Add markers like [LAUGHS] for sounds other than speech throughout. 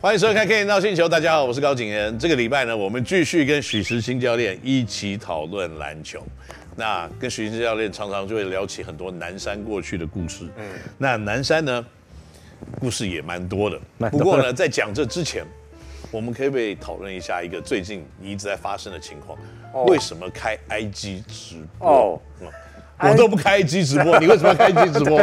欢迎收看《K 人闹星球》，大家好，我是高景仁。这个礼拜呢，我们继续跟许时清教练一起讨论篮球。那跟许时清教练常常就会聊起很多南山过去的故事。嗯，那南山呢，故事也蛮多的。蛮不多的过呢，在讲这之前，我们可不可以讨论一下一个最近一直在发生的情况？为什么开 IG 直播？哦嗯我都不开 IG 直播，你为什么要开 IG 直 [LAUGHS] 播？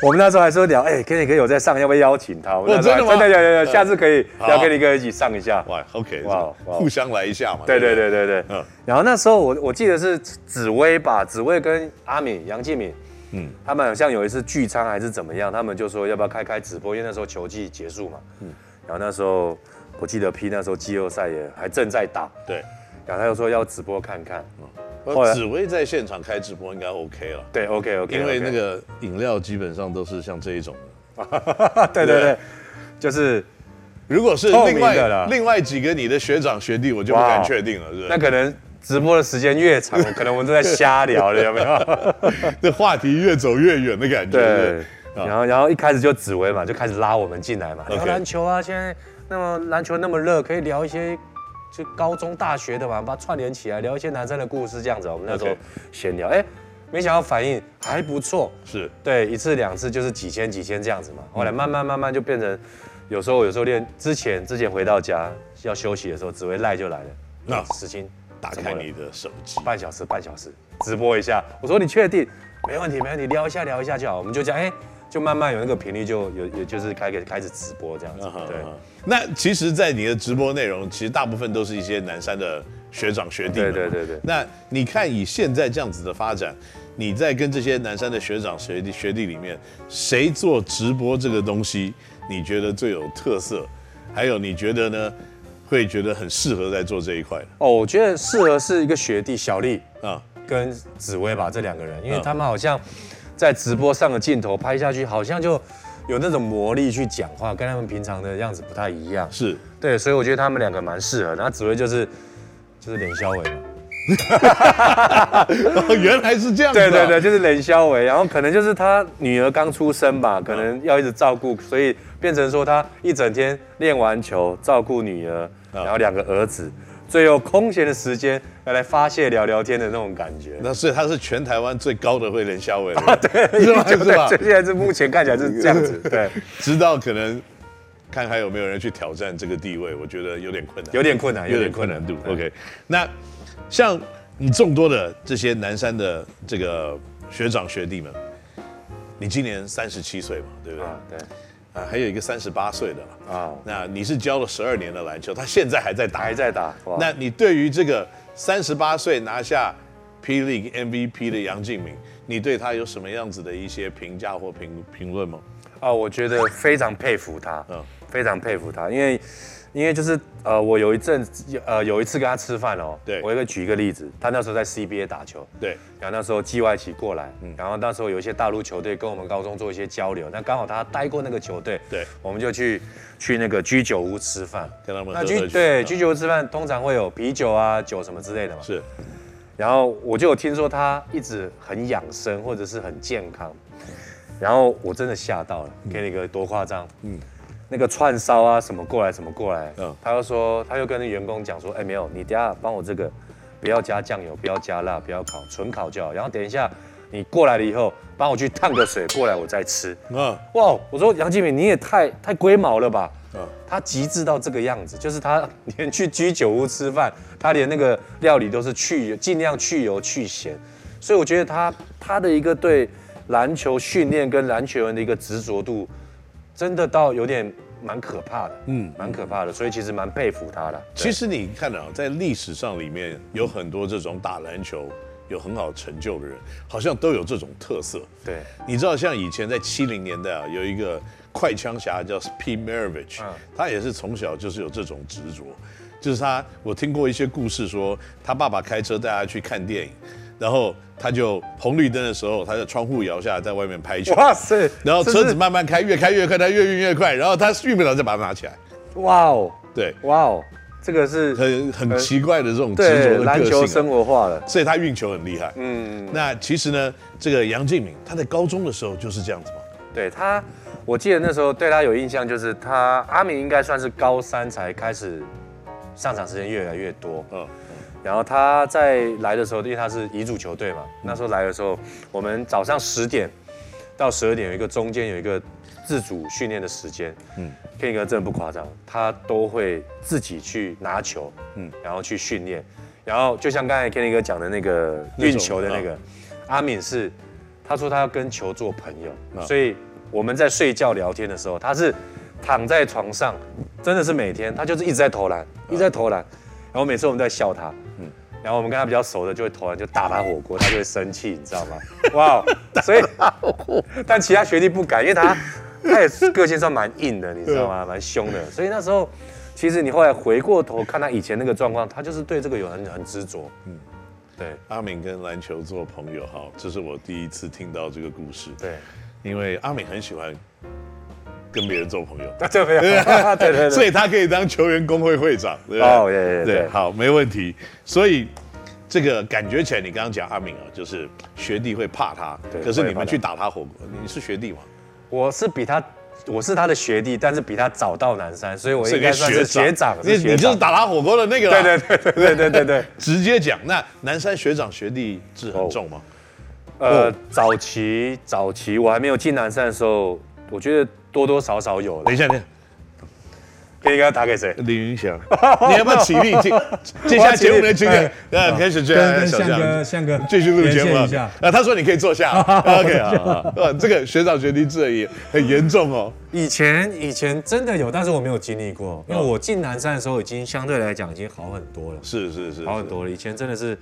我们那时候还说聊，哎、k e n n y 哥有在上，要不要邀请他？我们那时候真还的吗真的有有有，嗯下次可以好要跟你哥一起上一下。哇，OK，哇哇互相来一下嘛。对不对对对对，嗯然后那时候我我记得是紫薇吧，紫薇跟阿敏、杨敬敏，嗯，他们好像有一次聚餐还是怎么样，他们就说要不要开开直播，因为那时候球季结束嘛，嗯，然后那时候我记得 P 那时候季后赛也还正在打，对。然后他又说要直播看看，后呃，来紫薇在现场开直播应该 OK 了，对，OK OK，因为那个饮料基本上都是像这一种的。啊对对对，就是如果是透另明的外啦另外几个你的学长学弟，我就不敢哇确定了，是不是？那可能直播的时间越 [LAUGHS] 长，可能我们都在瞎聊了，有没有？ [LAUGHS] 这话题越走越远的感觉。是不对是，然后然后一开始就紫薇嘛，就开始拉我们进来嘛， OK 聊篮球啊，现在那么篮球那么热，可以聊一些就高中大学的嘛，把它串联起来，聊一些男生的故事这样子。我们那时候 OK 闲聊，哎、没想到反应还不错，是对，一次两次就是几千几千这样子嘛。后来慢慢慢慢就变成，有时候有时候练之前之前回到家要休息的时候，紫薇赖就来了，那那石青打怎么开了你的手机，半小时，半小时直播一下。我说你确定？没问题，没问题，聊一下，聊一下就好。我们就这样，哎、就慢慢有那个频率就，有也就是开始开始直播这样子。嗯哼对，嗯哼那其实，在你的直播内容，其实大部分都是一些南山的学长学弟们嘛。对对对对那你看，以现在这样子的发展，你在跟这些南山的学长学弟学弟里面，谁做直播这个东西，你觉得最有特色？还有，你觉得呢？会觉得很适合在做这一块哦，我觉得适合是一个学弟小丽啊？跟紫薇吧这两个人，因为嗯他们好像在直播上的镜头拍下去，好像就有那种魔力去讲话，跟他们平常的样子不太一样。是 [LAUGHS] 对，所以我觉得他们两个蛮适合的。然后紫薇就是就是冷肖伟嘛。哦，原来是这样子、对啊。对对，就是冷肖伟，然后可能就是他女儿刚出生吧，可能要一直照顾，所以变成说他一整天练完球照顾女儿，啊然后两个儿子，最后空闲的时间要来发泄聊聊天的那种感觉。那所以他是全台湾最高的会连销委了， [LAUGHS] 对，是吧？ [LAUGHS] 对是吧？对，现在是目前看起来是这样 [LAUGHS] 子，对，直到可能看还有没有人去挑战这个地位，我觉得有点困难，有点困难，有点困难难度。OK，那像你众多的这些南山的这个学长学弟们，你今年三十七岁嘛，对不对？啊，对，啊，还有一个三十八岁的了啊那你是教了十二年的篮球，他现在还在打，还。在打，哇那你对于这个三十八岁拿下 P League MVP 的杨敬敏，你对他有什么样子的一些评价或评评论吗？啊，我觉得非常佩服他，嗯嗯，非常佩服他，因为因为就是呃，我有一阵子呃有一次跟他吃饭哦，对我一个举一个例子，他那时候在 CBA 打球，对，嗯然后那时候季外起过来，然后那时候有一些大陆球队跟我们高中做一些交流，那刚好他待过那个球队，对我们就去去那个居酒屋吃饭，跟他们那喝居喝酒对嗯居酒屋吃饭通常会有啤酒啊酒什么之类的嘛，是然后我就有听说他一直很养生或者是很健康，然后我真的吓到了，给你个多夸张，嗯，那个串烧啊什么过来什么过来，嗯他又说他又跟员工讲说，哎没有，你等一下帮我这个不要加酱油，不要加辣，不要烤，纯烤就好，然后等一下你过来了以后，帮我去烫个水过来我再吃，啊哇！我说杨继敏，你也太太龟毛了吧？嗯他极致到这个样子，就是他连去居酒屋吃饭，他连那个料理都是去油，尽量去油去咸，所以我觉得他他的一个对篮球训练跟篮球人的一个执着度，真的到有点蛮可怕的，嗯，蛮可怕的，所以其实蛮佩服他的。其实你看啊，在历史上里面有很多这种打篮球有很好成就的人，好像都有这种特色。对你知道像以前在七零年代啊，有一个快枪侠叫 P. Maravich，、嗯他也是从小就是有这种执着，就是他，我听过一些故事说，他爸爸开车带他去看电影，然后他就红绿灯的时候，他的窗户摇下来，在外面拍球对，，哇塞！然后这车子是慢慢开，越开越快，他越运越快，然后他运不了再把它拿起来，哇哦对，哇哦，这个是很很奇怪的这种执着对的篮个球嗯性啊、生活化了。所以他运球很厉害。嗯，那其实呢，这个杨敬敏他在高中的时候就是这样子嘛，对他，我记得那时候对他有印象，就是他阿明应该算是高三才开始上场时间越来越多。嗯，然后他在来的时候，因为他是乙组球队嘛，那时候来的时候，我们早上十点到十二点有一个中间有一个自主训练的时间。嗯，K 哥真的不夸张，他都会自己去拿球，嗯，然后去训练，然后就像刚才 K 哥讲的那个那种运球的那个，阿敏是他说他要跟球做朋友，所以我们在睡觉聊天的时候，他是躺在床上，真的是每天他就是一直在投篮，一直在投篮，然后每次我们都在笑他，啊嗯，然后我们跟他比较熟的就会投篮就打他火锅，他就会生气，你知 [LAUGHS] 道吗？哇，所以但其他学弟不敢，因为他他也是个性上蛮硬的，你知道吗？蛮凶的，所以那时候其实你后来回过头看他以前那个状况，他就是对这个有很很执着，嗯，对阿敏跟篮球做朋友，哈，这是我第一次听到这个故事。对。 [LAUGHS] 因为阿美很喜欢跟别人做朋友，啊，这没有， [LAUGHS] 对 [LAUGHS] 对 [LAUGHS] 所对，以他可以当球员工会会长，对不对？哦对对对对，好，没问题。所以这个感觉起来，你刚刚讲阿敏啊，就是学弟会怕他，对可是你会怕们他去打他火锅，你是学弟嘛？我是比他，我是他的学弟，但是比他早到南山，所以我这应该个算是学长，你是学你就是长，打他火锅的那个啦，对对对对对对对，直接讲。那南山学长学弟制很重吗？呃哦，早期早期我还没有进南山的时候，我觉得多多少少有了等一，下，等一下。可以给他打给谁？李云祥， [LAUGHS] 你要不要起立？ [LAUGHS] 接接下来节目的这个，呃，开始这跟样，哎跟小向象哥向哥 [LAUGHS] 继续录连节目线一啊下。呃他说你可以 [LAUGHS] 坐下，OK 好好好呃，这个学长学弟制也很严重哦。以前以前真的有，但是我没有经历过，因为我进南山的时候已经相对来讲已经好很多了，是是是，好很多了。以前真的是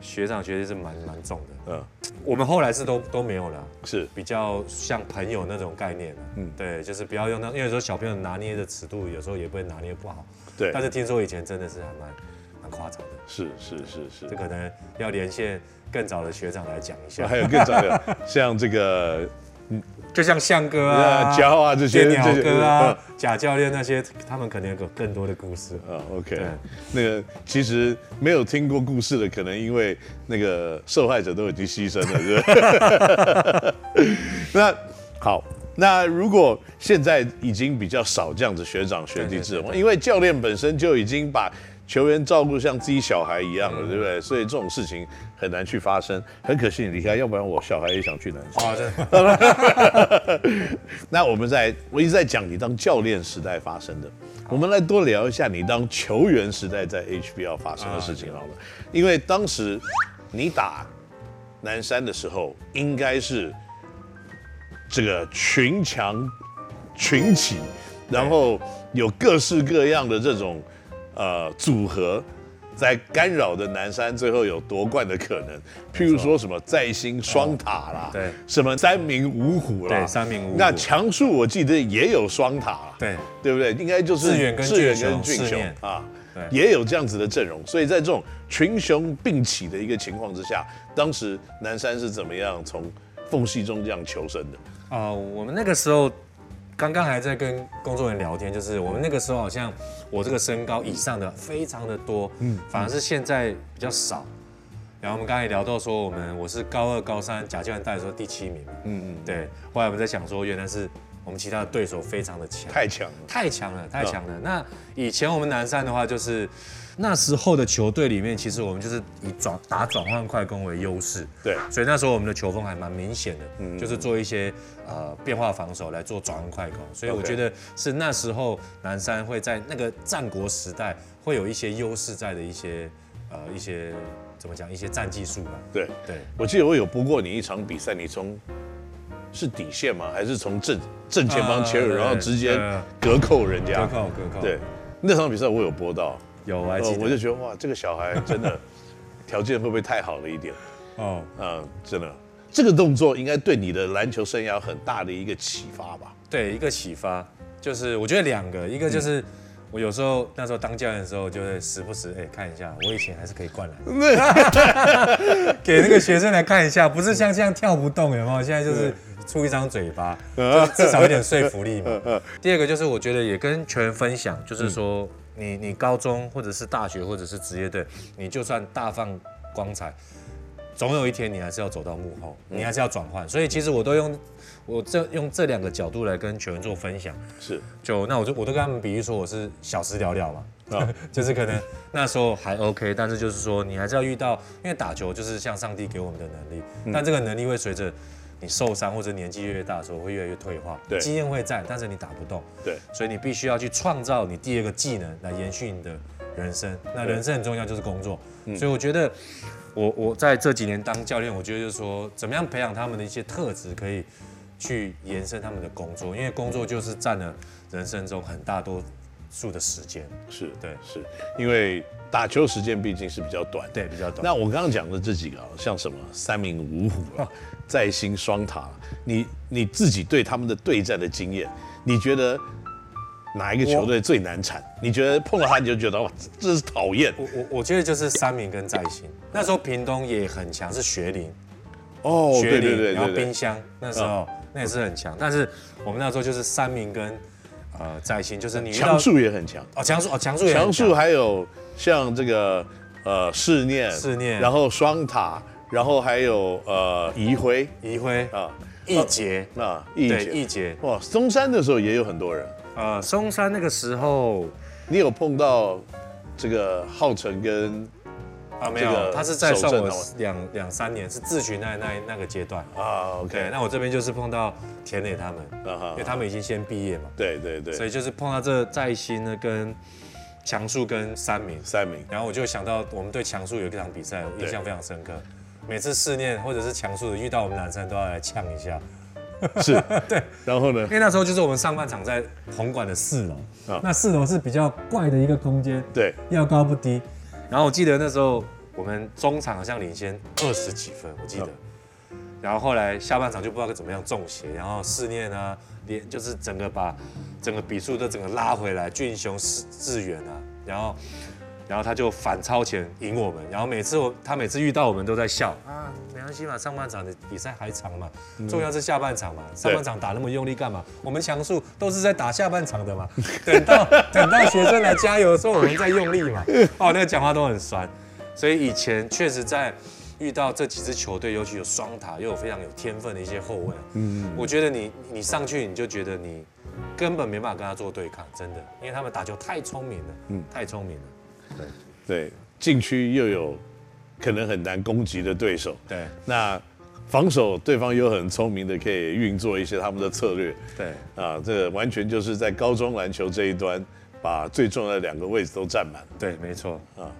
学长学弟是蛮蛮重的，嗯，我们后来是都都没有了。是比较像朋友那种概念嗯，对，就是不要用那，因为有时候小朋友拿捏的尺度，有时候也不会拿捏不好。对但是听说以前真的是还蛮蛮夸张的，是是是这是。可能要连线更早的学长来讲一下哦还，有更早的，像这个就像向哥呃啊、骄傲啊这些电鸟这些嗯哥啊、贾教练那些，他们可能有更多的故 [LAUGHS] 事。啊，OK，对那个其实没有听过故事的，可能因为那个受害者都已经牺牲了，是吧？那好，那如果现在已经比较少这样子学长学弟制了嘛，因为教练本身就已经把球员照顾像自己小孩一样了，对不对？所以这种事情很难去发生。很可惜你离开，要不然我小孩也想去南山。哦，真的。 [LAUGHS] 那我们在我一直在讲你当教练时代发生的，我们来多聊一下你当球员时代在 HBL 发生的事情好了，因为当时你打南山的时候，应该是这个群强群起，然后有各式各样的这种呃组合。在干扰的南山最后有夺冠的可能，譬如说什么在兴双塔啦，对什么三名五虎啦，对三名五虎那强树我记得也有双塔啦，对对不对？应该就是志远跟志远俊雄跟俊四雄面啊对，也有这样子的阵容。所以在这种群雄并起的一个情况之下，当时南山是怎么样从缝隙中这样求生的？啊、我们那个时候刚刚还在跟工作人员聊天，就是我们那个时候好像我这个身高以上的非常的多，嗯，反而是现在比较少。然后我们刚才也聊到说，我们我是高二、高三甲教练带的时候第七名，嗯嗯，对。后来我们在想说，原来是我们其他的对手非常的强，啊太强了，太强了，太强了。那以前我们南山的话，就是那时候的球队里面，其实我们就是以转打转换快攻为优势，对所以那时候我们的球风还蛮明显的，就是做一些呃变化防守来做转换快攻。所以我 OK 觉得是那时候南山会在那个战国时代会有一些优势在的一些呃一些怎么讲一些战技术吧。对。对，我记得我有播过你一场比赛，你从是底线吗？还是从正正前方切入，啊然后直接对对隔扣人家？隔扣隔扣对，那场比赛我有播到，有我还呃记我就得觉得哇，这个小孩真的条件会不会太好了一点？ [LAUGHS] 哦。嗯，真的，这个动作应该对你的篮球生涯有很大的一个启发吧？对，一个启发，就是我觉得两个，一个就是、我有时候那时候当教练的时候，就会时不时哎、看一下，我以前还是可以灌篮， [LAUGHS] 给那个学生来看一下，不是像这样跳不动有没有？现在就是出一张嘴巴，就是至少有点说服力嘛。第二个就是我觉得也跟球员分享，就是说你你高中或者是大学或者是职业队，你就算大放光彩。总有一天你还是要走到幕后，你还是要转换。所以其实我都用我这用这两个角度来跟球员做分享。是就那我就我都跟他们比喻说我是小时了了嘛，啊 [LAUGHS] 就是可能那时候还 OK，但是就是说你还是要遇到，因为打球就是像上帝给我们的能力，嗯但这个能力会随着你受伤或者年纪越大的时候会越来越退化，对经验会在，但是你打不动，对所以你必须要去创造你第二个技能来延续你的人生。那人生很重要就是工作，嗯所以我觉得我我在这几年当教练，我觉得就是说怎么样培养他们的一些特质，可以去延伸他们的工作，因为工作就是占了人生中很大多数的时间。是，对是因为打球时间毕竟是比较短的。对，比较短。那我刚刚讲的这几个啊，像什么三明五虎啊、 [LAUGHS] 在星双塔，你你自己对他们的对战的经验，你觉得哪一个球队最难缠？你觉得碰到他你就觉得哇，这是讨厌我我我觉得就是三明跟在兴，那时候屏东也很强，是学龄。哦，对学对龄，对嗯然后对冰对，箱那时候、那也是很强，但是我们那时候就是三明跟呃在兴，就是你遇到强速也很强，哦强树哦强树也很强强速还有像这个呃试念试念然后双塔，然后还有呃移辉移辉啊易杰啊易对杰易杰哇，中山的时候也有很多人，呃松山那个时候你有碰到这个浩辰跟啊没这个有，他是在算守我正两两三年是自学那那那个阶段。啊对， ，OK，那我这边就是碰到田磊他们，啊哈因为他们已经先毕业嘛，对对所对，以就是碰到这在兴呢跟强树跟三明，三 [LAUGHS] 名然后我就想到我们对强叔有一场比赛，我印象非常深刻。每次试念或者是强叔的遇到我们男生都要来呛一下，是，对，然后呢因，为那时候就是我们上半场在红馆的四楼，啊那四楼是比较怪的一个空间，对，要高不低。然后我记得那时候我们中场好像领先二十几分，我记得。然后后来下半场就不知道该怎么样中邪，然后试念啊，连就是整个把整个比数都整个拉回来，俊雄是志远啊，然后然后他就反超前赢我们，然后每次我他每次遇到我们都在笑嗯啊，没关系嘛，上半场的比赛还长嘛，重要是下半场嘛，上半场打那么用力干嘛？我们强速都是在打下半场的嘛， [LAUGHS] 等到等到学生来加油的时候，我们在用力嘛，哦，那个讲话都很酸，所以以前确实在。遇到这几支球队，尤其有双塔又有非常有天分的一些后卫，嗯，我觉得你你上去你就觉得你根本没办法跟他做对抗，真的，因为他们打球太聪明了，嗯，太聪明了。对，禁区又有可能很难攻击的对手，对那防守对方又很聪明的可以运作一些他们的策略，对啊，这完全就是在高中篮球这一端把最重要的两个位置都占满对，没错。啊。